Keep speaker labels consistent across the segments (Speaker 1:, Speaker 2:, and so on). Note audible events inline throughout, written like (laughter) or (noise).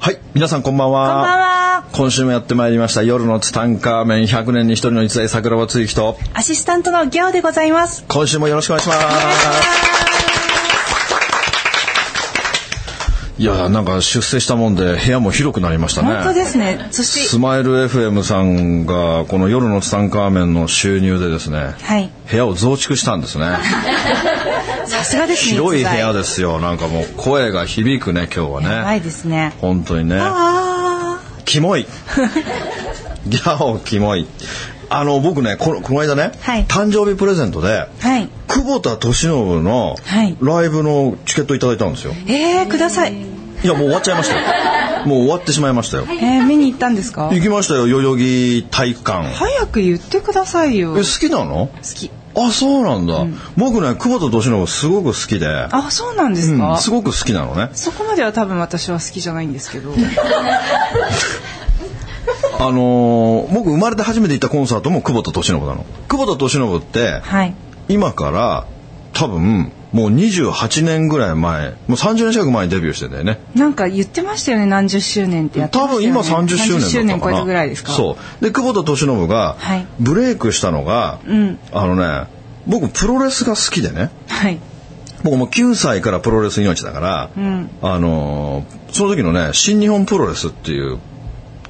Speaker 1: はい、皆さんこんばんは。
Speaker 2: こんばんは。
Speaker 1: 今週もやってまいりました夜のツタンカーメン100年に一人の逸材桜庭つゆきと
Speaker 2: アシスタントのギャオでございます。
Speaker 1: 今週もよろしくお願いします。いやーなんか出世したもんで部屋も広くなりましたね。
Speaker 2: 本当ですね。そして、
Speaker 1: スマイル FM さんがこの夜のツタンカーメンの収入でですね、
Speaker 2: はい。
Speaker 1: 部屋を増築したん
Speaker 2: (laughs)
Speaker 1: ですね。
Speaker 2: さすがですね。
Speaker 1: 広い部屋
Speaker 2: で。
Speaker 1: ですよ。なんかもう声が響くね今日はね。
Speaker 2: やばいですね。
Speaker 1: 本当にね。
Speaker 2: あ (laughs)
Speaker 1: キモい。ギャオキモい。あの僕ねこのこの間ね、
Speaker 2: はい
Speaker 1: 誕生日プレゼントで
Speaker 2: あ。はい。
Speaker 1: 久保田利伸の
Speaker 2: はい
Speaker 1: ライブのチケットいただいたんですよ。
Speaker 2: えー、ください。
Speaker 1: いやもう終わっちゃいまし
Speaker 2: (laughs)
Speaker 1: たよ。もう終わってしまいましたよ。
Speaker 2: えー、見に行ったんですか
Speaker 1: 行きましたよ代々木体育館。
Speaker 2: 早く言ってくださいよ。
Speaker 1: え好
Speaker 2: 好
Speaker 1: きなの？
Speaker 2: き。
Speaker 1: あそうなんだ。僕ね久保田利伸すごく好きで、
Speaker 2: あ、そうなんです
Speaker 1: う
Speaker 2: か、
Speaker 1: んすごく好きなのね。
Speaker 2: そこまでは多分私は好きじゃないんですけど。
Speaker 1: あのー僕生まれて初めて行ったコンサートも久保田利伸なの。久保田利伸って
Speaker 2: はい。
Speaker 1: 今から多分もう28年ぐらい前もう30年近く前にデビューしてんだよね
Speaker 2: なんか言ってましたよね、何十周年ってやってま
Speaker 1: 多
Speaker 2: したよ
Speaker 1: 分
Speaker 2: ね。
Speaker 1: 今30周年だったか
Speaker 2: 30超
Speaker 1: な
Speaker 2: えたぐらいですか
Speaker 1: そうで久保田利伸が
Speaker 2: はい
Speaker 1: ブレイクしたのが、
Speaker 2: うん
Speaker 1: あのね僕プロレスが好きでね
Speaker 2: はい。
Speaker 1: 僕もう9歳からプロレス命だから、
Speaker 2: うん
Speaker 1: あのーその時のね新日本プロレスっていう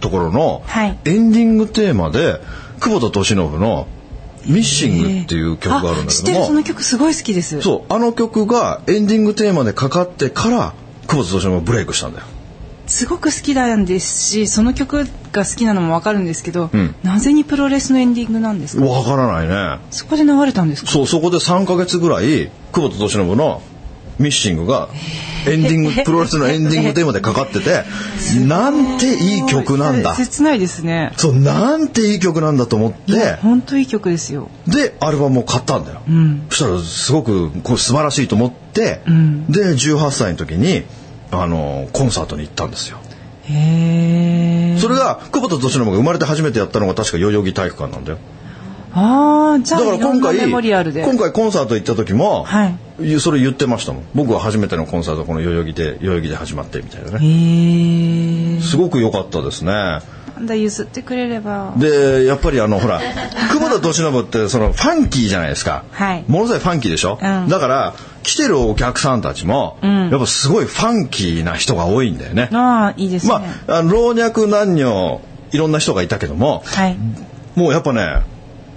Speaker 1: ところの
Speaker 2: はい
Speaker 1: エンディングテーマで久保田利伸の「ミッシング」っていう曲があるんだ
Speaker 2: 知
Speaker 1: け
Speaker 2: って
Speaker 1: ど
Speaker 2: る、そ
Speaker 1: も
Speaker 2: の曲すごい好きです。
Speaker 1: そう、あの曲がエンディングテーマでかかってから、久保田敏伸がブレイクしたんだよ。
Speaker 2: すごく好きなんですし、その曲が好きなのもわかるんですけど、
Speaker 1: うん
Speaker 2: なぜにプロレスのエンディングなんですか
Speaker 1: わからないね。
Speaker 2: そこで流れたんですか
Speaker 1: そう、そこで3ヶ月ぐらい、久保田敏伸のミッシングが、エンディン
Speaker 2: (laughs)
Speaker 1: グ、プロレスのエンディングテーマでかかってて、なんていい曲なんだ
Speaker 2: そ。れ切ないですね。
Speaker 1: そう、なんていい曲なんだと思って、
Speaker 2: 本当いい曲ですよ。
Speaker 1: で、アルバムを買ったんだよ。
Speaker 2: うん。
Speaker 1: そしたらすごくこう素晴らしいと思って、
Speaker 2: うん
Speaker 1: で、18歳の時に、あの、コンサートに行ったんですよ。
Speaker 2: へえ。
Speaker 1: それが久保田敏伸が生まれて初めてやったのが確か代々木体育館なんだよ
Speaker 2: ああ、じゃ
Speaker 1: だ
Speaker 2: あ
Speaker 1: から
Speaker 2: いろん
Speaker 1: 今
Speaker 2: なメ
Speaker 1: 回
Speaker 2: モリアルで。
Speaker 1: 今回コンサート行った時も、
Speaker 2: はい
Speaker 1: いそれ言ってましたもん僕は初めてのコンサートこの代々木で代々木で始まってみたいなね
Speaker 2: へえ。
Speaker 1: すごく良かったですね
Speaker 2: なんだ譲ってくれれば。
Speaker 1: でやっぱりあの
Speaker 2: (laughs)
Speaker 1: ほら久保田敏伸ってそのファンキーじゃないですか、
Speaker 2: はい
Speaker 1: ものすごいファンキーでしょ、
Speaker 2: うん
Speaker 1: だから来てるお客さんたちも、
Speaker 2: ん
Speaker 1: やっぱすごいファンキーな人が多いんだよね、
Speaker 2: ああ、いいですね。
Speaker 1: まああの老若男女いろんな人がいたけども、
Speaker 2: はい。
Speaker 1: もうやっぱね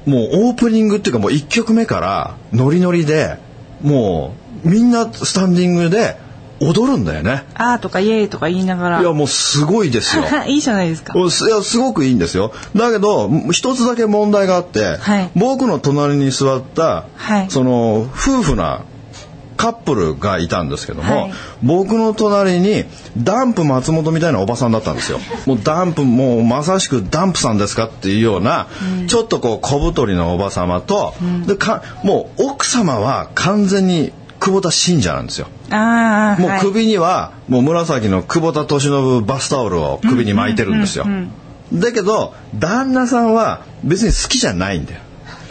Speaker 1: もうオープニングっていうかもう1曲目からノリノリでもうみんなスタンディングで踊るんだよね
Speaker 2: ああとかイエーイとか言いながら。
Speaker 1: いやもうすごいですよ
Speaker 2: (laughs) いいじゃないですか。
Speaker 1: おすいやすごくいいんですよだけどん一つだけ問題があって、
Speaker 2: はい
Speaker 1: 僕の隣に座った、
Speaker 2: はい
Speaker 1: その夫婦なカップルがいたんですけども、
Speaker 2: はい
Speaker 1: 僕の隣にダンプ松本みたいなおばさんだったんですよ
Speaker 2: (laughs)
Speaker 1: もうダンプもうまさしくダンプさんですかっていうような、ちょっとこう小太りのおばさまと、でかもう奥様は完全に久保田信者なんですよ
Speaker 2: ああ、
Speaker 1: もう
Speaker 2: はい
Speaker 1: 首にはもう紫の久保田利伸バスタオルを首に巻いてるんですよ
Speaker 2: うんうん。
Speaker 1: だけど旦那さんは別に好きじゃないんだよ。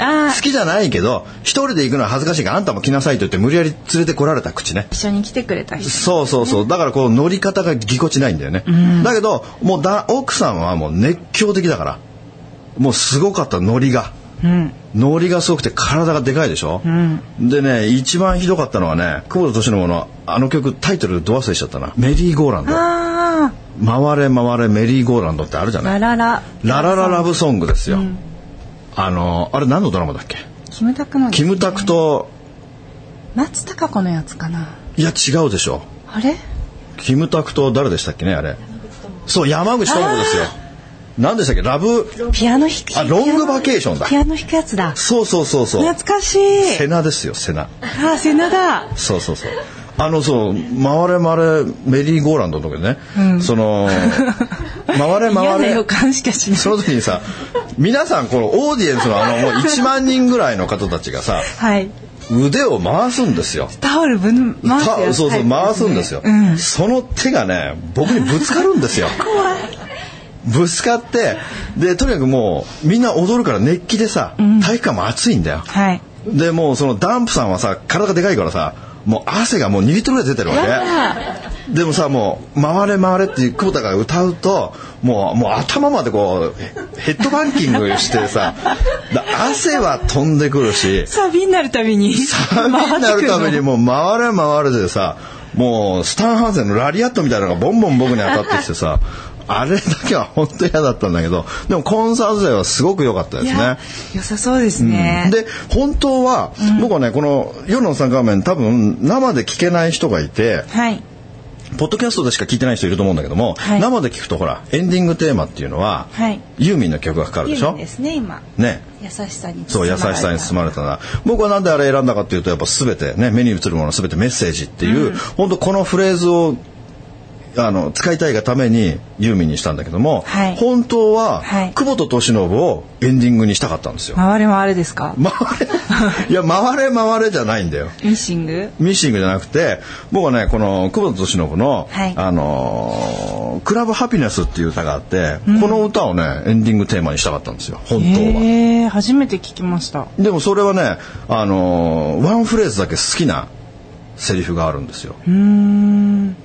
Speaker 2: ああ
Speaker 1: 好、きじゃないけど一人で行くのは恥ずかしいからあんたも来なさいと言って無理やり連れてこられた口ね。
Speaker 2: 一緒に来てくれた人。
Speaker 1: そうそうそうだからこう乗り方がぎこちないんだよね。だけどもうだ奥さんはもう熱狂的だからもうすごかったノリが。
Speaker 2: うん。
Speaker 1: ノリがすごくて体がでかいでしょ、
Speaker 2: ん
Speaker 1: でね一番ひどかったのはね久保田敏伸のあの曲タイトルど忘れしちゃったな「メリーゴーランド」
Speaker 2: あ
Speaker 1: 「回れ回れメリーゴーランド」ってあるじゃ
Speaker 2: あ、
Speaker 1: ない
Speaker 2: ラララ。
Speaker 1: 「ララララブソング」ですよ、あのあれ何のドラマだっけ
Speaker 2: キムタクのです
Speaker 1: キ
Speaker 2: ね、
Speaker 1: ムタクと
Speaker 2: 松たか子のやつかな。
Speaker 1: いや違うでしょ
Speaker 2: あれ
Speaker 1: キムタクと誰でしたっけねあれそう山口智子ですよ何でしたっけラブ
Speaker 2: ピアノ弾く。
Speaker 1: あロングバケーションだ
Speaker 2: ピアノ弾くやつだ。
Speaker 1: そうそうそうそう
Speaker 2: 懐かしい。
Speaker 1: 瀬名ですよ瀬名
Speaker 2: ああ、瀬名だ。
Speaker 1: そうそうそう。
Speaker 2: (laughs)
Speaker 1: あのそう、回れ回れメリーゴーランドの時ね、その、回れ
Speaker 2: 嫌
Speaker 1: 回
Speaker 2: な
Speaker 1: れ
Speaker 2: 予感しかしない。
Speaker 1: その時にさ皆さんこのオーディエンスのあのもう1万人ぐらいの方たちがさ
Speaker 2: はい。
Speaker 1: 腕を回すんですよ。
Speaker 2: タオルぶん回す
Speaker 1: た
Speaker 2: やつ
Speaker 1: そうそう、回すんですよ、
Speaker 2: うん
Speaker 1: その手がね僕にぶつかるん
Speaker 2: (laughs)
Speaker 1: ですよぶつかってでとにかくもうみんな踊るから熱気でさ、体育館も暑いんだよ
Speaker 2: はい。
Speaker 1: でもうそのダンプさんはさ体がでかいからさもう汗がもう2リットルぐらい出てるわけでもさもう「回れ回れ」っていう久保田が歌うともうもう頭までこうヘヘッドバンキングし
Speaker 2: (laughs)
Speaker 1: てさだ汗は飛んでくるし
Speaker 2: サビになるたびに。
Speaker 1: 旅になるた
Speaker 2: 回っ
Speaker 1: めに
Speaker 2: てくの
Speaker 1: もう回れ回れでさもうスタンハンセンのラリアットみたいなのがボンボン僕に当たってきてさあれだけは本当嫌だったんだけどでもコンサート勢はすごく良かったで
Speaker 2: い
Speaker 1: す
Speaker 2: や
Speaker 1: ね。
Speaker 2: 良さそうですね。
Speaker 1: で本当は、僕はねこの「夜の三画面」多分生で聞けない人がいて
Speaker 2: はい。
Speaker 1: ポッドキャストでしか聞いてない人いると思うんだけども、
Speaker 2: はい
Speaker 1: 生で聞くとほらエンディングテーマっていうのは、
Speaker 2: はい
Speaker 1: ユーミンの曲がかかるでし
Speaker 2: い
Speaker 1: ょ
Speaker 2: いですね、今。
Speaker 1: ね
Speaker 2: 優しさに
Speaker 1: そう優しさに包まれたな僕はなんであれ選んだかっていうとやっぱ全てね目に映るものは全てメッセージっていう、本当このフレーズをあの使いたいがためにユーミンにしたんだけども、
Speaker 2: はい
Speaker 1: 本当は、
Speaker 2: はい
Speaker 1: 久保田利伸をエンディングにしたかったんですよ。
Speaker 2: 回れ回れですか
Speaker 1: 回れ (laughs) いや回れ回れじゃないんだよ。
Speaker 2: ミシング
Speaker 1: ミッシングじゃなくて僕はねこの久保田利伸の、
Speaker 2: はい
Speaker 1: あのークラブハピネス」っていう歌があって、この歌をねエンディングテーマにしたかったんですよ本当は。
Speaker 2: えー、初めて聞きました。
Speaker 1: でもそれはね、あのーワンフレーズだけ好きなセリフがあるんですよ。
Speaker 2: うーん。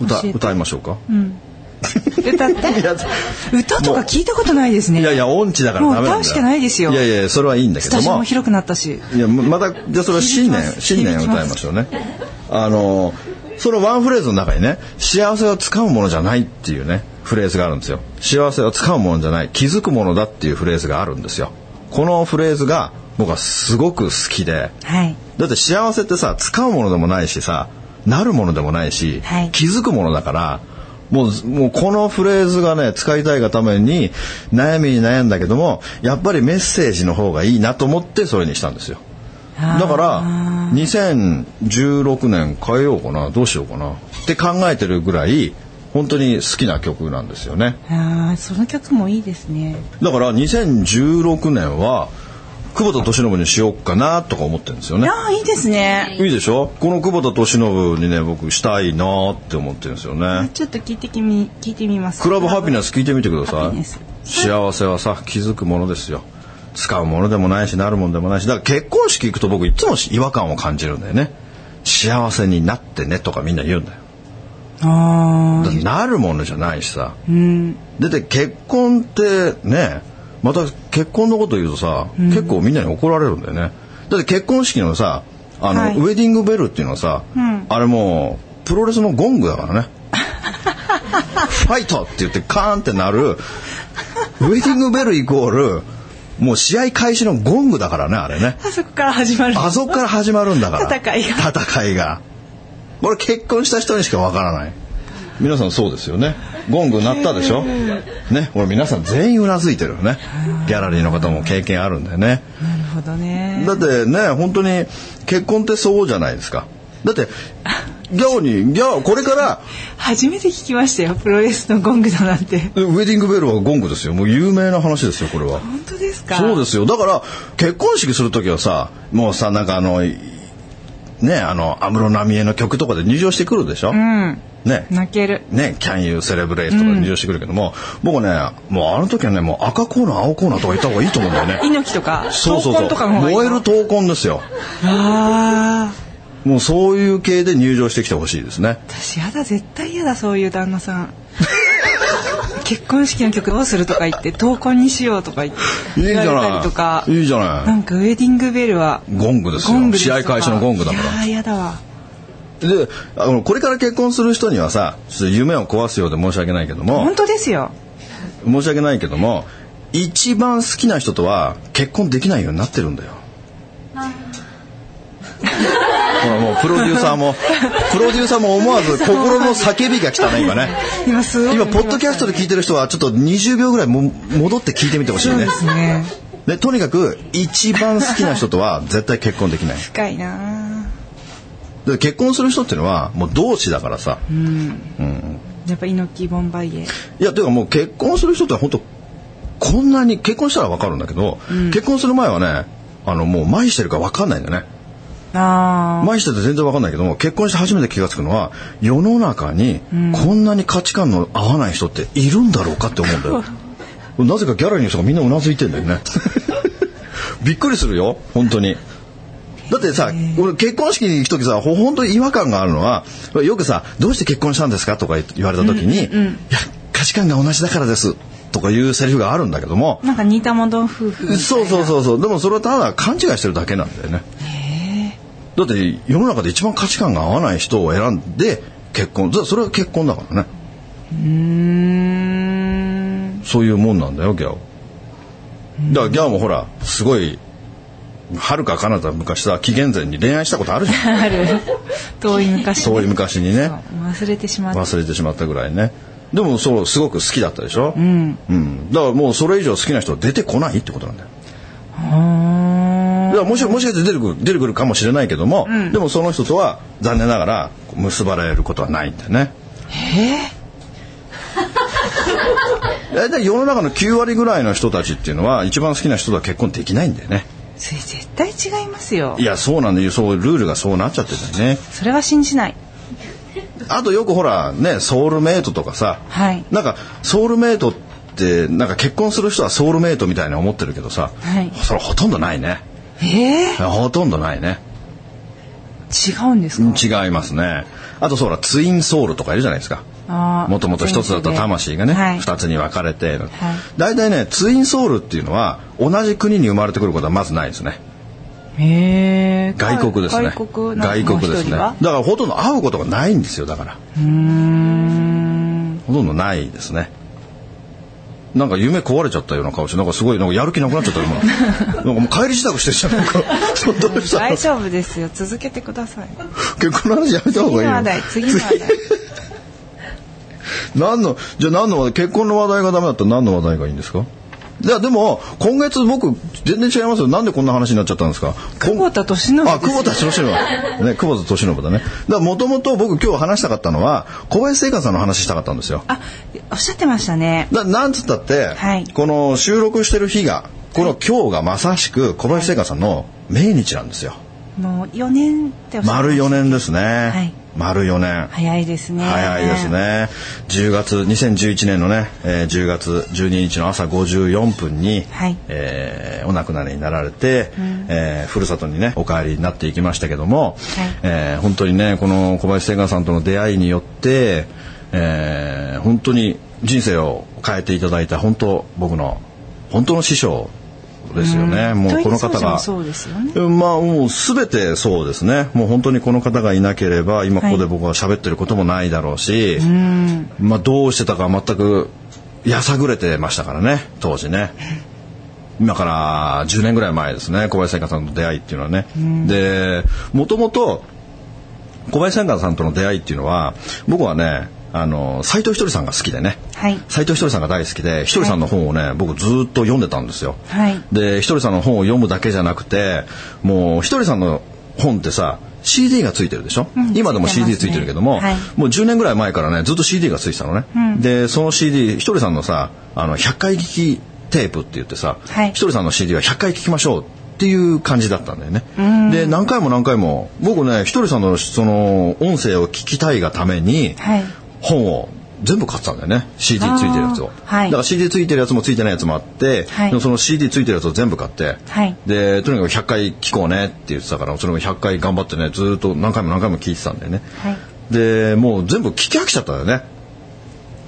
Speaker 1: 歌
Speaker 2: 教えて
Speaker 1: (laughs) 歌いましょうか。
Speaker 2: 歌って。
Speaker 1: いや
Speaker 2: 歌とか聞いたことないですね。
Speaker 1: いやいや音痴だからダメなんだよ。
Speaker 2: もう歌うしかないですよ
Speaker 1: いやいやそれはいいんだけ
Speaker 2: ス
Speaker 1: ど
Speaker 2: タジオ
Speaker 1: も。
Speaker 2: も広くなったし。
Speaker 1: いやまたじゃあそれは新年
Speaker 2: 響きます
Speaker 1: 新年を歌いましょうね。あのーそのワンフレーズの中にね幸せは使うものじゃないっていうねフレーズがあるんですよ。幸せは使うものじゃない気づくものだっていうフレーズがあるんですよ。このフレーズが僕はすごく好きで。
Speaker 2: はい。
Speaker 1: だって幸せってさ使うものでもないしさなるものでもないし、
Speaker 2: はい
Speaker 1: 気づくものだからもうもうこのフレーズがね使いたいがために悩みに悩んだけどもやっぱりメッセージの方がいいなと思ってそれにしたんですよだから2016年変えようかなどうしようかなって考えてるぐらい本当に好きな曲なんですよね
Speaker 2: ああ、その曲もいいですね。
Speaker 1: だから2016年は久保田利伸にしようかなとか思ってるんですよ
Speaker 2: い
Speaker 1: ね
Speaker 2: やーいいですね。
Speaker 1: いいでしょこの久保田利伸にね僕したいなーって思ってるんですよね
Speaker 2: ちょっと聞いてきみ、聞いてみます。
Speaker 1: クラブハピネス聞いてみてくだ
Speaker 2: ハ
Speaker 1: さ
Speaker 2: ピ
Speaker 1: い
Speaker 2: ネス
Speaker 1: 幸せはさ気づくものですよ使うものでもないしなるものでもないしだから結婚式行くと僕いつも違和感を感じるんだよね幸せになってねとかみんな言うんだよ
Speaker 2: あ
Speaker 1: だってなるものじゃないしさ
Speaker 2: あ、うん。
Speaker 1: だって結婚ってねまた結婚のこと言うとさ、結構みんなに怒られるんだよねだって結婚式のさあの、
Speaker 2: はい
Speaker 1: ウェディングベルっていうのはさ、
Speaker 2: ん
Speaker 1: あれもうプロレスのゴングだからねファイトって言ってカーンって
Speaker 2: (laughs)
Speaker 1: なるウェディングベルイコールもう試合開始のゴングだからねあれね
Speaker 2: あそこから始まる。
Speaker 1: あそこから始まるんだから
Speaker 2: 戦いが
Speaker 1: 戦いがこれ結婚した人にしかわからない皆さんそうですよねゴング鳴ったでしょねこれ皆さん全員うなずいてるよねギャラリーの方も経験あるんだよね
Speaker 2: なるほどね。
Speaker 1: だってね本当に結婚ってそうじゃないですかだってギャオにギャオこれから
Speaker 2: 初めて聞きましたよ。プロレスのゴングだなんて。
Speaker 1: ウェディングベルはゴングですよもう有名な話ですよこれは
Speaker 2: 本当ですか。。
Speaker 1: そうですすよだから結婚式する時はさもうさなんかあのいねあの安室奈美恵の曲とかで入場してくるでしょ、
Speaker 2: うん。
Speaker 1: ね
Speaker 2: 泣ける。
Speaker 1: ね、Can you celebrate とか入場してくるけども、僕ねもうあの時はねもう赤コーナー青コーナーとか行った方がいいと思うんだよね
Speaker 2: 猪木とか。
Speaker 1: そうそ
Speaker 2: (laughs)
Speaker 1: う
Speaker 2: 闘魂
Speaker 1: そう
Speaker 2: とかの方がいい。
Speaker 1: 燃える闘魂ですよ
Speaker 2: ああ。
Speaker 1: もうそういう系で入場してきてほしいですね
Speaker 2: 私やだ絶対やだそういう旦那さん (laughs) 結婚式の曲どうするとか言って闘魂にしようとか言って
Speaker 1: いいじ
Speaker 2: 言
Speaker 1: ゃ
Speaker 2: われた
Speaker 1: な
Speaker 2: りとか
Speaker 1: いいいじゃ
Speaker 2: な
Speaker 1: なん
Speaker 2: かウェディングベルはい
Speaker 1: ゴングです
Speaker 2: ゴ
Speaker 1: よ
Speaker 2: ングです
Speaker 1: 試合開始のゴングだから
Speaker 2: あやだわ
Speaker 1: であのこれから結婚する人にはさちょっと夢を壊すようで申し訳ないけども
Speaker 2: 本当ですよ
Speaker 1: 申し訳ないけども一番好きな人とは結婚できないようになってるんだよ。ほらもうプロデューサーもプロデューサーも思わず心の叫びが来たね今ね
Speaker 2: (laughs) 今すごい
Speaker 1: 今ポッドキャストで聞いてる人はちょっと20秒ぐらいも戻って聞いてみてほしい
Speaker 2: そう
Speaker 1: ね
Speaker 2: ですね
Speaker 1: でとにかく一番好きな人とは絶対結婚できない
Speaker 2: 深いな
Speaker 1: で結婚する人っていうのはもう同志だからさ、うん
Speaker 2: やっぱ猪木ボンバイエ
Speaker 1: いやというかもう結婚する人って本当こんなに結婚したら分かるんだけど、結婚する前はねあのもう麻痺してるから分かんないんだよね
Speaker 2: あ
Speaker 1: 麻痺してて全然分かんないけども結婚して初めて気が付くのは世の中にこんなに価値観の合わない人っているんだろうかって思うんだよ、なぜかギャラリーの人がみんなうなずいてんだよね (laughs) びっくりするよ本当にだってさ、俺結婚式に行く時さほ本当に違和感があるのはよくさ「どうして結婚したんですか?」とか言われた時に「いや価値観が同じだからです」とかいうセリフがあるんだけども
Speaker 2: あなんか似たもど夫婦
Speaker 1: そうそうそうそうでもそれはただ勘違いしてるだけなんだよねだって世の中で一番価値観が合わない人を選んで結婚それは結婚だからね
Speaker 2: うん
Speaker 1: そういうもんなんだよギャオだからギャオもほらすごいはるか彼方昔さ紀元前に恋愛したことあるじ
Speaker 2: (laughs)
Speaker 1: ゃん
Speaker 2: ある遠い昔
Speaker 1: 遠い昔にね
Speaker 2: そう忘れてしまった
Speaker 1: 忘れてしまったぐらいねでもそうすごく好きだったでしょ、
Speaker 2: うん
Speaker 1: うん、だからもうそれ以上好きな人は出てこないってことなんだよ
Speaker 2: あ
Speaker 1: だからもしもしかして出てくる出てくるかもしれないけども、でもその人とは残念ながら結ばれることはないんだよね。ええ世の中の9割ぐらいの人たちっていうのは一番好きな人とは結婚できないんだよね。
Speaker 2: ーそれ絶対違いますよ
Speaker 1: いやそうなんだよそうルールがそうなっちゃってるんだよね。
Speaker 2: それは信じない
Speaker 1: あとよくほらねソウルメイトとかさ、
Speaker 2: はい
Speaker 1: なんかソウルメイトってなんか結婚する人はソウルメイトみたいに思ってるけどさ、
Speaker 2: はい
Speaker 1: それほとんどないね。
Speaker 2: ええ
Speaker 1: ほとんどないね。
Speaker 2: ー、違うんですか
Speaker 1: 違いますねあとそうだツインソウルとかいるじゃないですか
Speaker 2: あー
Speaker 1: もともと一つだった魂がね、
Speaker 2: はい
Speaker 1: 二つに分かれて、大体ねツインソウルっていうのは同じ国に生まれてくることはまずないですね
Speaker 2: へえ
Speaker 1: 外国ですね
Speaker 2: 外国の
Speaker 1: 外国ですねだ
Speaker 2: もう一
Speaker 1: か
Speaker 2: 人は
Speaker 1: らほとんど会うことがないんですよだから
Speaker 2: うーん
Speaker 1: ほとんどないですねなんか夢壊れちゃったような顔してなんかすごいなんかやる気なくなっちゃったよ
Speaker 2: (laughs)
Speaker 1: 今なんかもう帰り支度してるじゃんなんかちょっとどうした
Speaker 2: 大丈夫ですよ続けてください
Speaker 1: 結婚の話やめた方
Speaker 2: 次
Speaker 1: がいい
Speaker 2: の
Speaker 1: よ
Speaker 2: 話題次の話題
Speaker 1: 何のじゃあ何の話題結婚の話題がダメだったら何の話題がいいんですかいやでも今月僕全然違いますよなんでこんな話になっちゃったんですかこん
Speaker 2: 久保田利伸です
Speaker 1: あ久保田利伸ね久保田利伸だねだからもともと僕今日話したかったのは小林聖華さんの話したかったんですよ
Speaker 2: あおっしゃってましたね
Speaker 1: だなんつったって、
Speaker 2: はい
Speaker 1: この収録してる日がこの今日がまさしく小林聖華さんの命日なんですよ
Speaker 2: もう4年っておっしゃってました
Speaker 1: 丸4年ですね、
Speaker 2: い
Speaker 1: 丸4年
Speaker 2: 早いですね
Speaker 1: 早いですね。10月2011年のね、えー10月12日の朝54分に、
Speaker 2: はい
Speaker 1: えーお亡くなりになられて、えーふるさとにねお帰りになっていきましたけども、えー本当にねこの小林千賀さんとの出会いによって、えー本当に人生を変えていただいた本当僕の本当の師匠ですよね。もうこの方
Speaker 2: トイレ掃除も
Speaker 1: が。
Speaker 2: そうですよね
Speaker 1: まあもう全てそうですねもう本当にこの方がいなければ今ここで僕は喋ってることもないだろうし、まあどうしてたか全くやさぐれてましたからね当時ね今から10年ぐらい前ですね小林千佳さんとの出会いっていうのはね、でもともと小林千佳さんとの出会いっていうのは僕はねあの斎藤ひとりさんが好きでね
Speaker 2: はい
Speaker 1: 斎藤ひとりさんが大好きでひとりさんの本をね、僕ずーっと読んでたんですよ、
Speaker 2: はい
Speaker 1: でひとりさんの本を読むだけじゃなくてもうひとりさんの本ってさ CD がついてるでしょ、
Speaker 2: ん
Speaker 1: 今でも
Speaker 2: ついてますね
Speaker 1: CD ついてるけども、
Speaker 2: はい
Speaker 1: もう10年ぐらい前からねずっと CD がついてたのね、でその CD ひとりさんのさあの100回聞きテープって言ってさ、
Speaker 2: はい
Speaker 1: ひとりさんの CD は100回聞きましょうっていう感じだったんだよね、で何回も何回も僕ねひとりさんのその音声を聞きたいがために、
Speaker 2: はい
Speaker 1: 本を全部買ってたんだよね CD ついてるやつを、
Speaker 2: あーはい
Speaker 1: だから CD ついてるやつもついてないやつもあって、
Speaker 2: はい
Speaker 1: でもその CD ついてるやつを全部買って、
Speaker 2: はい
Speaker 1: でとにかく100回聞こうねって言ってたからそれも100回頑張ってねずーっと何回も何回も聞いてたんだよね、
Speaker 2: はい
Speaker 1: でもう全部聞き飽きちゃったんだよね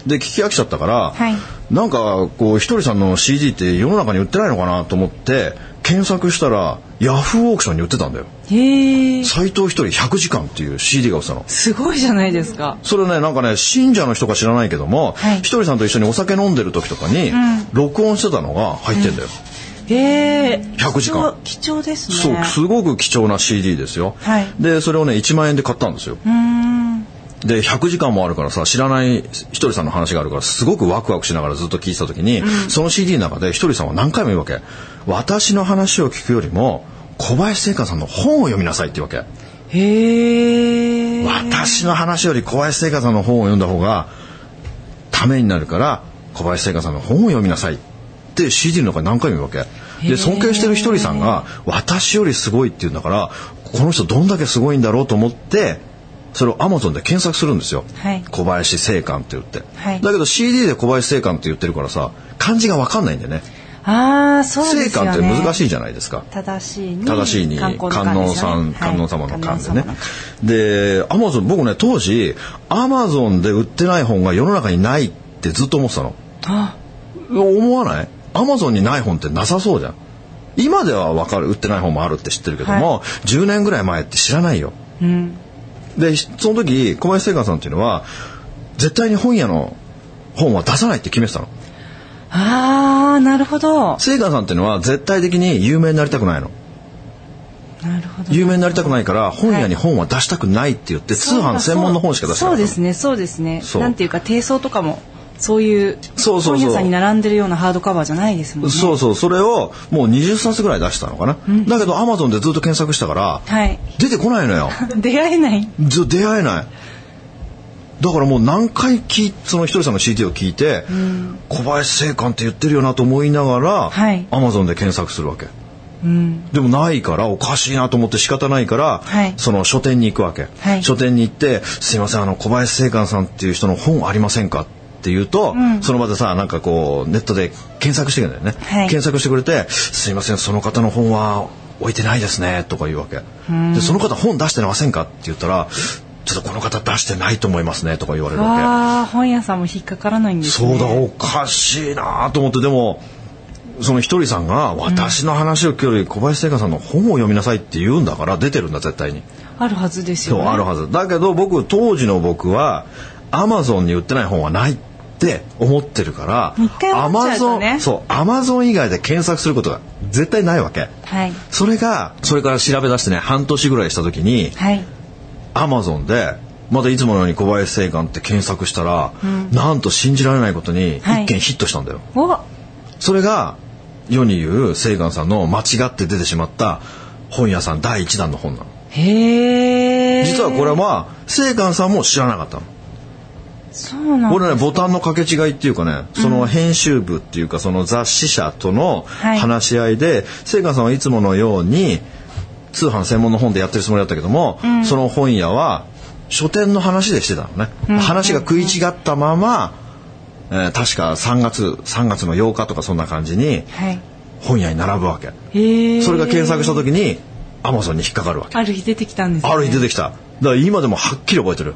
Speaker 1: で聞き飽きちゃったから、
Speaker 2: はい
Speaker 1: なんかこうひとりさんの CD って世の中に売ってないのかなと思って検索したらヤフーオークションに売ってたんだよ
Speaker 2: へえ
Speaker 1: 斎藤ひとり100時間っていう CD が売ってたの
Speaker 2: すごいじゃないですか
Speaker 1: それねなんかね信者の人か知らないけども、
Speaker 2: はい
Speaker 1: ひとりさんと一緒にお酒飲んでる時とかに、録音してたのが入ってんだよ、
Speaker 2: へえ
Speaker 1: 100時間
Speaker 2: 貴重貴重ですね
Speaker 1: そうすごく貴重な CD ですよ、
Speaker 2: はい
Speaker 1: でそれをね1万円で買ったんですよ
Speaker 2: うーん
Speaker 1: で100時間もあるからさ知らないひとりさんの話があるからすごくワクワクしながらずっと聞いてた時に、その CD の中でひとりさんは何回も言うわけ私の話を聞くよりも小林聖華さんの本を読みなさいって言うわけ
Speaker 2: へえ
Speaker 1: 私の話より小林聖華さんの本を読んだ方がためになるから小林聖華さんの本を読みなさいって指示の中に何回も言うわけで尊敬してるひとりさんが私よりすごいって言うんだからこの人どんだけすごいんだろうと思ってそれをアマゾンで検索するんですよ、
Speaker 2: はい
Speaker 1: 小林聖寛って言って、
Speaker 2: はい
Speaker 1: だけど CD で小林聖寛って言ってるからさ漢字が分かんないんだよね
Speaker 2: ああそうで
Speaker 1: 聖
Speaker 2: すよね
Speaker 1: 寛って難しいじゃないですか
Speaker 2: 正しいに
Speaker 1: 正しいに観音さん、観音様の観でね、でアマゾン僕ね当時アマゾンで売ってない本が世の中にないってずっと思ってたの
Speaker 2: あ
Speaker 1: 思わないアマゾンにない本ってなさそうじゃん今では分かる売ってない本もあるって知ってるけども、10年ぐらい前って知らないよ
Speaker 2: うん
Speaker 1: でその時小林聖寛さんっていうのは絶対に本屋の本は出さないって決めてたの
Speaker 2: ああなるほど
Speaker 1: 聖寛さんっていうのは絶対的に有名になりたくないの
Speaker 2: なるほど
Speaker 1: 有名になりたくないから本屋に本は出したくないって言って通販専門の本しか出してな
Speaker 2: そ
Speaker 1: い
Speaker 2: うですねそうですね
Speaker 1: そう
Speaker 2: なんていうか低層とかもそういう
Speaker 1: そうそうそう
Speaker 2: 本屋さんに並んでるようなハードカバーじゃないですもんね
Speaker 1: そうそうそれをもう20冊ぐらい出したのかな、だけどアマゾンでずっと検索したから、
Speaker 2: はい (laughs)
Speaker 1: 出てこないのよ
Speaker 2: 出会えない
Speaker 1: ず出会えないだからもう何回聞いそのひとりさんの CD を聞いて、小林聖寛って言ってるよなと思いながら、
Speaker 2: はい
Speaker 1: アマゾンで検索するわけ
Speaker 2: うん
Speaker 1: でもないからおかしいなと思って仕方ないから、
Speaker 2: はい
Speaker 1: その書店に行くわけ、
Speaker 2: はい
Speaker 1: 書店に行って「すいませんあの小林聖寛さんっていう人の本ありませんか?」って言うと、その場でさなんかこうネットで検索してくれるんだよね、
Speaker 2: はい
Speaker 1: 検索してくれて「すいませんその方の本は置いてないですね」とか言うわけでその方本出してませんかって言ったら「ちょっとこの方出してないと思いますね」とか言われるわけ。
Speaker 2: ああ本屋さんも引っかからないんです
Speaker 1: そ
Speaker 2: ね
Speaker 1: うだおかしいなと思ってでもそのひとりさんが私の話を聞くより小林聖華さんの本を読みなさいって言うんだから出てるんだ絶対に
Speaker 2: あるはずですよ
Speaker 1: そう
Speaker 2: ね
Speaker 1: あるはずだけど僕当時の僕はアマゾンに売ってない本はないって思ってるか
Speaker 2: 一回
Speaker 1: らア
Speaker 2: 思っちゃ
Speaker 1: マ
Speaker 2: う
Speaker 1: ゾ
Speaker 2: とね
Speaker 1: ンそうアマゾン以外で検索することが絶対ないわけ
Speaker 2: はい
Speaker 1: それがそれから調べ出してね半年ぐらいした時に
Speaker 2: はい
Speaker 1: アマゾンでまたいつものように小林聖寛って検索したら、なんと信じられないことに
Speaker 2: はい
Speaker 1: 一件ヒットしたんだよ、
Speaker 2: お
Speaker 1: それが世に言う聖寛さんの間違って出てしまった本屋さん第一弾の本なの
Speaker 2: へえ
Speaker 1: 実はこれは聖寛さんも知らなかったの
Speaker 2: そうなん
Speaker 1: 俺ねボタンの掛け違いっていうかねその編集部っていうかその雑誌社との
Speaker 2: はい
Speaker 1: 話し合いで聖寛さんはいつものように通販専門の本でやってるつもりだったけども、その本屋は書店の話でしてたのね、話が食い違ったまま、えー確か3月3月の8日とかそんな感じに
Speaker 2: はい
Speaker 1: 本屋に並ぶわけ、
Speaker 2: へえ
Speaker 1: それが検索した時にアマゾンに引っかかるわけ
Speaker 2: ある日出てきたんです、ね、
Speaker 1: ある日出てきただから今でもはっきり覚えてる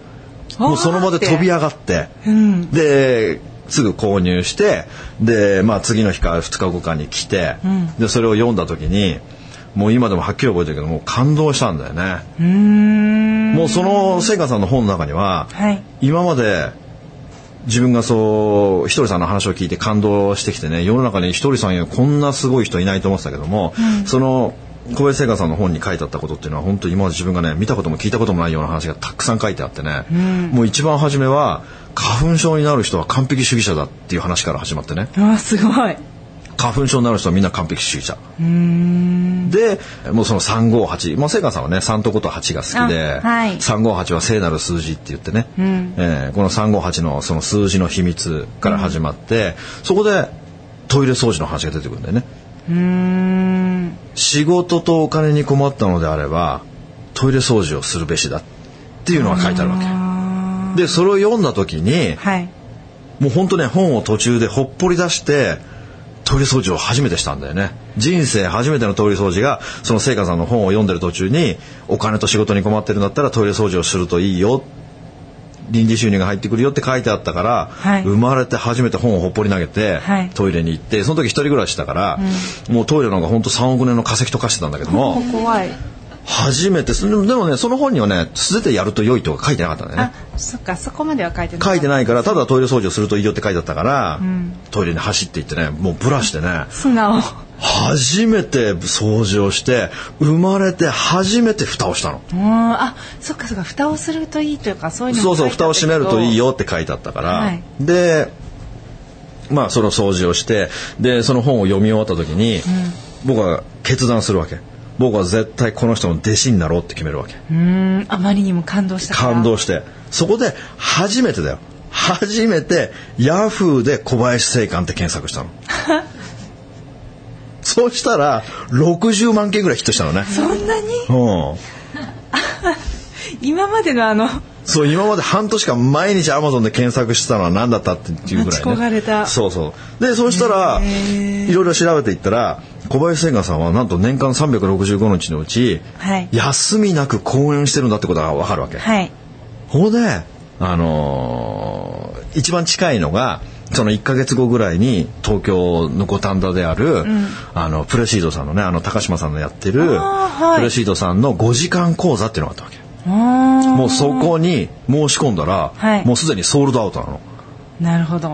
Speaker 1: もうその場で飛び上がって、
Speaker 2: ん
Speaker 1: ですぐ購入してで、まあ、次の日か2日後かに来て、でそれを読んだ時にもう今でもはっきり覚えてるけどもう感動したんだよね、
Speaker 2: うーん
Speaker 1: もうその聖華さんの本の中には、
Speaker 2: はい
Speaker 1: 今まで自分がそうひとりさんの話を聞いて感動してきてね世の中にひとりさんやこんなすごい人いないと思ってたけども、その小林聖華さんの本に書いてあったことっていうのは本当に今まで自分がね見たことも聞いたこともないような話がたくさん書いてあってね、もう一番初めは花粉症になる人は完璧主義者だっていう話から始まってね
Speaker 2: うわすごい
Speaker 1: 花粉症になる人はみんな完璧主義者でもうその358まあ聖華さんはね3と5と8が好き
Speaker 2: あ
Speaker 1: で、
Speaker 2: はい
Speaker 1: 358は聖なる数字って言ってね、えーこの358のその数字の秘密から始まって、そこでトイレ掃除の話が出てくるんだよね
Speaker 2: うーん
Speaker 1: 仕事とお金に困ったのであればトイレ掃除をするべしだっていうのが書いてあるわけ
Speaker 2: あ
Speaker 1: でそれを読んだ時に
Speaker 2: ーはい
Speaker 1: もう本当ね本を途中でほっぽり出してトイレ掃除を初めてしたんだよね人生初めてのトイレ掃除がその聖華さんの本を読んでる途中にお金と仕事に困ってるんだったらトイレ掃除をするといいよ臨時収入が入ってくるよって書いてあったから、
Speaker 2: はい
Speaker 1: 生まれて初めて本をほっぽり投げて、
Speaker 2: はい
Speaker 1: トイレに行ってその時一人暮らしだから、もうトイレなんか本当3億年の化石と化してたんだけども
Speaker 2: 怖い
Speaker 1: 初めてそでもでもねその本にはね素手でやると良いとか書いてなかったんだよね
Speaker 2: あそっかそこまでは書いてない
Speaker 1: 書いてないからただトイレ掃除をするといいよって書いてあったから、トイレに走っていってねもうブラしてね
Speaker 2: 素直
Speaker 1: 初めて掃除をして生まれて初めて蓋をしたの。
Speaker 2: うんあそっかそっか蓋をするといいというかそういうのも
Speaker 1: そうそう蓋を閉めるといい
Speaker 2: よ
Speaker 1: よって書いてあったから、
Speaker 2: はい
Speaker 1: でまあその掃除をしてでその本を読み終わった時に、僕は決断するわけ僕は絶対この人の弟子になろうって決めるわけ
Speaker 2: うーんあまりにも感動したから
Speaker 1: 感動してそこで初めてだよ初めてヤフーで小林正観って検索したの
Speaker 2: (laughs)
Speaker 1: そうしたら60万件ぐらいヒットしたのね
Speaker 2: そんなに
Speaker 1: うん
Speaker 2: 今までのあの
Speaker 1: そう今まで半年間毎日アマゾンで検索してたのは何だったっていうぐらい、ね、
Speaker 2: 待ち焦がれた
Speaker 1: そうそうでそうしたらいろいろ調べていったら小林千賀さんはなんと年間365日のうち、
Speaker 2: はい
Speaker 1: 休みなく公演してるんだってことが分かるわけ、
Speaker 2: はい
Speaker 1: ほんで、あのー一番近いのがその1か月後ぐらいに東京の五反田である、あのプレシードさんのねあの高島さんのやってる、
Speaker 2: あーはい
Speaker 1: プレシードさんの5時間講座っていうのがあったわけ
Speaker 2: あ
Speaker 1: もうそこに申し込んだら、
Speaker 2: はい
Speaker 1: もうすでにソールドアウトなの
Speaker 2: ーなるほど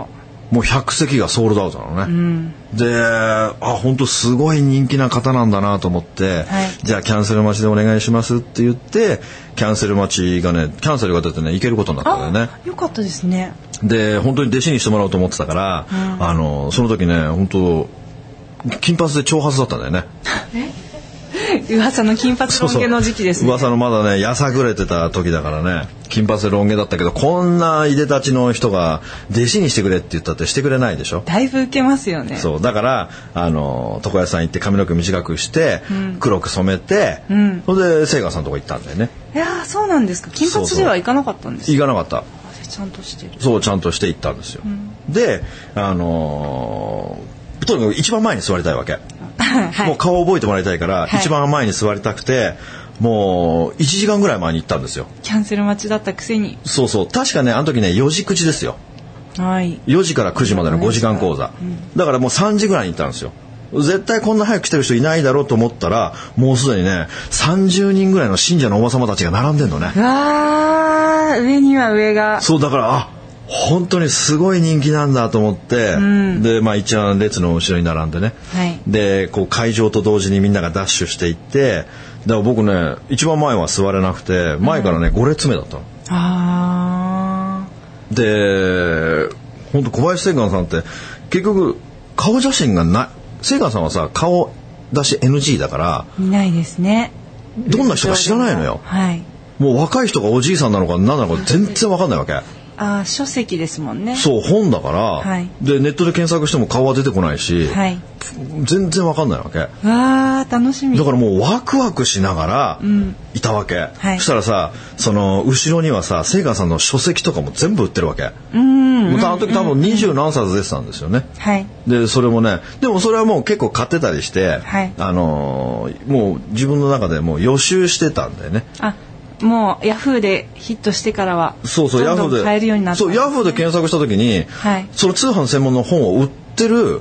Speaker 1: もう100席がソールドアウトなのね、であ本当すごい人気な方なんだなと思っ
Speaker 2: は
Speaker 1: て、
Speaker 2: い
Speaker 1: じゃあキャンセル待ちでお願いしますって言ってキャンセル待ちがねキャンセルが出てね行けることになったんだよね
Speaker 2: あよかったですね
Speaker 1: で本当に弟子にしてもらおうと思ってたから、あのその時ね本当金髪で長髪だったんだよね
Speaker 2: 噂の金髪
Speaker 1: そ
Speaker 2: ロ
Speaker 1: う
Speaker 2: ン
Speaker 1: そう
Speaker 2: 毛の時期ですね
Speaker 1: 噂のまだねやさぐれてた時だからね金髪でロン毛だったけどこんないでたちの人が弟子にしてくれって言ったってしてくれないでしょ
Speaker 2: だいぶ受けますよね
Speaker 1: そうだからあの床屋さん行って髪の毛短くして、黒く染めて、
Speaker 2: ん
Speaker 1: それで清川さんのとこ行ったんだよね
Speaker 2: いやーそうなんですか金髪では行かなかったんです
Speaker 1: 行かなかった
Speaker 2: ちゃんとしてる
Speaker 1: そうちゃんとして行ったんですよ、であのーとにかく一番前に座りたいわけ、
Speaker 2: は
Speaker 1: もう
Speaker 2: い
Speaker 1: 顔を覚えてもらいたいか
Speaker 2: は
Speaker 1: ら、
Speaker 2: い
Speaker 1: 一番前に座りたくてもう1時間ぐらい前に行ったんですよ
Speaker 2: キャンセル待ちだったくせに
Speaker 1: そうそう確かねあの時ね4時9時ですよ
Speaker 2: はい
Speaker 1: 4時から9時までの5時間講座、だからもう3時ぐらいに行ったんですよ絶対こんな早く来てる人いないだろうと思ったらもうすでにね30人ぐらいの信者のおば様たちが並んでんのね
Speaker 2: うわー上には上が
Speaker 1: そうだからあ本当にすごい人気なんだと思って、でまあ一応列の後ろに並んでね、
Speaker 2: はい
Speaker 1: でこう会場と同時にみんながダッシュしていってだから僕ね一番前は座れなくて前からね5列目だったの。
Speaker 2: あ
Speaker 1: で本当小林聖寛さんって結局顔写真がない聖寛さんはさ顔出し NG だから
Speaker 2: ー見ないですね
Speaker 1: どんな人か知らないのよ
Speaker 2: はい
Speaker 1: もう若い人がおじいさんなのか何なのか全然わかんないわけ
Speaker 2: あー書籍ですもんね
Speaker 1: そう本だから、
Speaker 2: はい
Speaker 1: でネットで検索しても顔は出てこないし、
Speaker 2: はい
Speaker 1: 全然わかんないわけ
Speaker 2: わー楽しみ
Speaker 1: だからもうワクワクしながらいたわけ、
Speaker 2: はい
Speaker 1: そしたらさその後ろにはさ聖寛さんの書籍とかも全部売ってるわけ
Speaker 2: うん
Speaker 1: もうあの時多分二十何冊出てたんですよね、
Speaker 2: はい
Speaker 1: でそれもねでもそれはもう結構買ってたりして、
Speaker 2: はい
Speaker 1: あのーもう自分の中でもう予習してたんだよね
Speaker 2: あもうヤフーでヒットしてからは
Speaker 1: そうそう
Speaker 2: ど
Speaker 1: ヤ
Speaker 2: んど
Speaker 1: フ
Speaker 2: ん
Speaker 1: ーで
Speaker 2: 買えるようになった
Speaker 1: そうヤフーで検索した時に、
Speaker 2: はい
Speaker 1: その通販専門の本を売ってる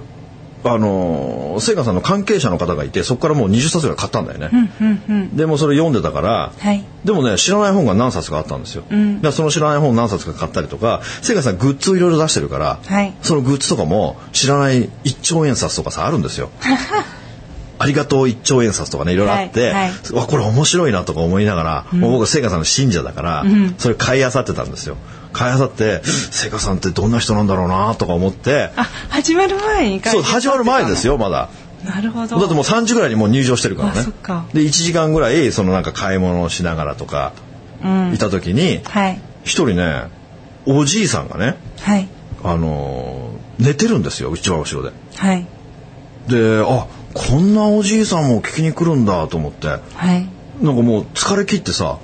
Speaker 1: あのー、聖華さんの関係者の方がいてそこからもう20冊ぐらい買ったんだよね、
Speaker 2: うんうん
Speaker 1: でもそれ読んでたから、
Speaker 2: はい
Speaker 1: でもね知らない本が何冊かあったんですよ、だからその知らない本を何冊か買ったりとか聖華さんグッズをいろいろ出してるから、
Speaker 2: はい
Speaker 1: そのグッズとかも知らない1兆円札とかさあるんです
Speaker 2: (laughs)
Speaker 1: よありがとう1兆円札とかねいろいろあっ
Speaker 2: は
Speaker 1: て、
Speaker 2: いはいう
Speaker 1: わこれ面白いなとか思いながら、もう僕は聖華さんの信者だから、それ買い漁ってたんですよ買い漁って聖華さんってどんな人なんだろうなとか思って
Speaker 2: あ始まる前に買い
Speaker 1: そう始まる前ですよまだ。
Speaker 2: なるほど
Speaker 1: だってもう3時ぐらいにもう入場してるからね
Speaker 2: あそっか
Speaker 1: で1時間ぐらいそのなんか買い物をしながらとかいた時に
Speaker 2: はい
Speaker 1: 一、人ねおじいさんがね、
Speaker 2: はい
Speaker 1: あのー寝てるんですよ一番後ろで
Speaker 2: はい
Speaker 1: であこんなおじいさんも聞きに来るんだと思ってなんか
Speaker 2: はい
Speaker 1: もう疲れ切ってさ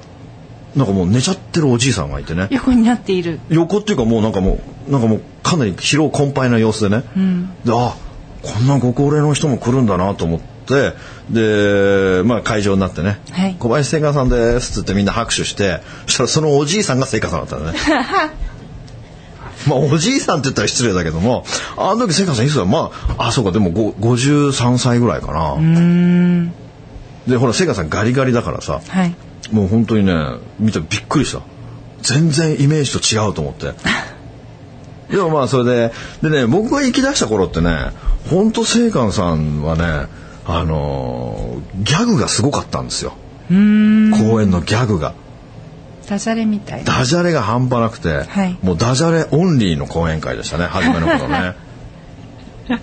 Speaker 1: なんかもう寝ちゃってるおじいさんがいてね
Speaker 2: 横になっている
Speaker 1: 横っていうかもうなんかもうなんかもうかなり疲労困憊な様子でね、であこんなご高齢の人も来るんだなと思ってで、まあ、会場になってね「
Speaker 2: はい
Speaker 1: 小林聖華さんです」っつってみんな拍手してそしたらそのおじいさんが聖華さんだった
Speaker 2: (laughs)
Speaker 1: のね。まあ、おじいさんって言ったら失礼だけどもあの時聖華さんいくつだまああそうかでもご53歳ぐらいかなでほら聖華さんガリガリだからさ、
Speaker 2: はい
Speaker 1: もう本当にね見てびっくりした全然イメージと違うと思ってでもまあそれででね僕が行き出した頃ってね本当聖寛さんはねあのーギャグがすごかったんですよ公演のギャグが
Speaker 2: ダジャレみたいな
Speaker 1: ダジャレが半端なくて、
Speaker 2: はい
Speaker 1: もうダジャレオンリーの講演会でしたね初めの頃ね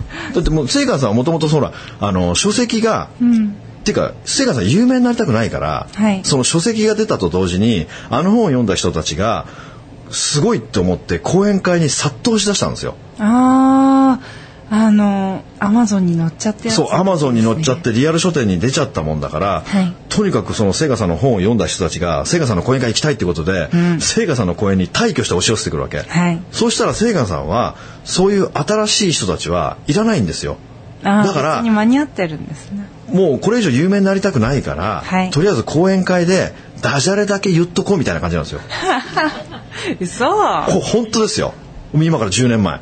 Speaker 1: (laughs) だってもう聖寛さんはもともとそらあの書籍が、っていうか聖寛さん有名になりたくないから、
Speaker 2: はい
Speaker 1: その書籍が出たと同時にあの本を読んだ人たちがすごいって思って講演会に殺到しだしたんですよ。
Speaker 2: あああのアマゾンに乗っちゃって
Speaker 1: そうアマゾンに載っちゃってリアル書店に出ちゃったもんだから、
Speaker 2: はい
Speaker 1: とにかくその聖華さんの本を読んだ人たちが聖華さんの講演会行きたいってことで、聖華さんの講演に退去して押し寄せてくるわけ、
Speaker 2: はい
Speaker 1: そうしたら聖華さんはそういう新しい人たちはいらないんですよ
Speaker 2: あー
Speaker 1: だから
Speaker 2: 別に間に合ってるんですね
Speaker 1: もうこれ以上有名になりたくないから、
Speaker 2: はい
Speaker 1: とりあえず講演会でダジャレだけ言っとこうみたいな感
Speaker 2: (laughs)
Speaker 1: じなんですよ
Speaker 2: 嘘
Speaker 1: こ本当ですよ今から10年前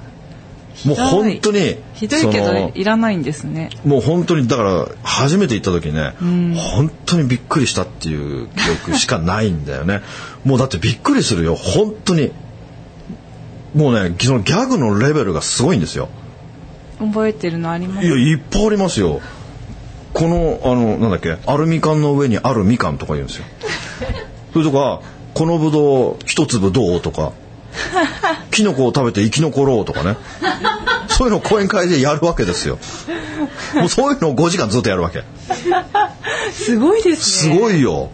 Speaker 1: もう本当に
Speaker 2: ひどいけ
Speaker 1: そ
Speaker 2: ど
Speaker 1: の
Speaker 2: いらないんですね
Speaker 1: もう本当にだから初めて行った時ね、本当にびっくりしたっていう記憶しかないんだよね (laughs) もうだってびっくりするよ本当にもうねそのギャグのレベルがすごいんですよ
Speaker 2: 覚えてるのありま
Speaker 1: いや
Speaker 2: す
Speaker 1: いっぱいありますよこのあのなんだっけアルミ缶の上にあるみかんとか言うんですよそれとかこのぶどう一粒どうとかキノコを食べて生き残ろうとかねそういうのを講演会でやるわけですよもうそういうのを5時間ずっとやるわけ
Speaker 2: すごいです
Speaker 1: す
Speaker 2: ね
Speaker 1: ごいよ。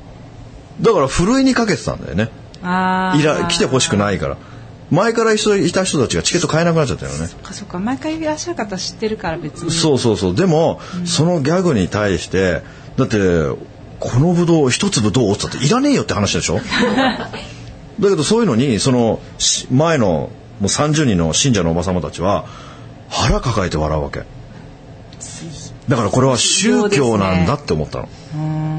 Speaker 1: だから、ふるいにかけてたんだよね。
Speaker 2: ああ
Speaker 1: いら、来てほ
Speaker 2: しい
Speaker 1: しくないから。前から一緒にいた人たちがチケット買えなくなっちゃったよね。
Speaker 2: そっかそっか毎回いらっしゃる方知ってるから別に
Speaker 1: そうそうそう。でも、そのギャグに対して、だって、このぶどう一粒どうって言ったっていらねえよって話でしょだけどそういうのに、その、し前のもう30人の信者のおば様たちは、腹抱えて笑うわけ。だからこれは宗教なんだって思ったの。
Speaker 2: うん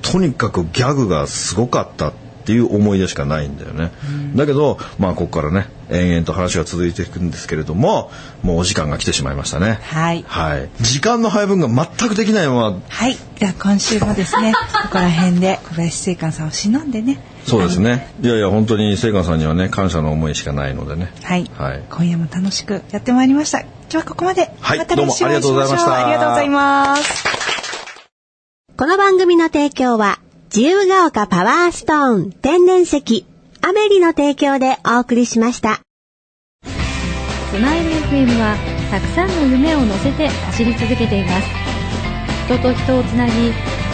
Speaker 1: とにかくギャグがすごかったっていう思い出しかないんだよね、だけどまあここからね延々と話が続いていくんですけれどももうお時間が来てしまいましたね
Speaker 2: はい
Speaker 1: はい時間の配分が全くできないまま
Speaker 2: はいじゃあ今週もです
Speaker 1: (laughs)
Speaker 2: ねここら辺で小林聖寛さんを忍んでね
Speaker 1: そうですねいやいや本当に聖寛さんにはね感謝の思いしかないのでね
Speaker 2: はい、
Speaker 1: はい
Speaker 2: 今夜も楽しくやってまいりました今日はここまで、
Speaker 1: はい
Speaker 2: また来週お会いし
Speaker 1: どうも
Speaker 2: ま
Speaker 1: ありがとうござい
Speaker 2: し
Speaker 1: ま
Speaker 2: ょ
Speaker 1: し
Speaker 2: うあ
Speaker 1: た
Speaker 2: りがとうございます
Speaker 3: この番組の提供は、自由が丘パワーストーン天然石、アメリの提供でお送りしました。
Speaker 4: スマイル FM はたくさんの夢を乗せて走り続けています人と人をつなぎ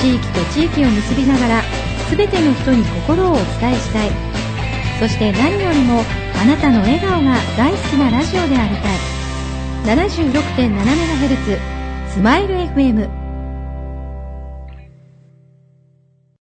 Speaker 4: 地域と地域を結びながら全ての人に心をお伝えしたいそして何よりもあなたの笑顔が大好きなラジオでありたい 76.7MHz スマイル FM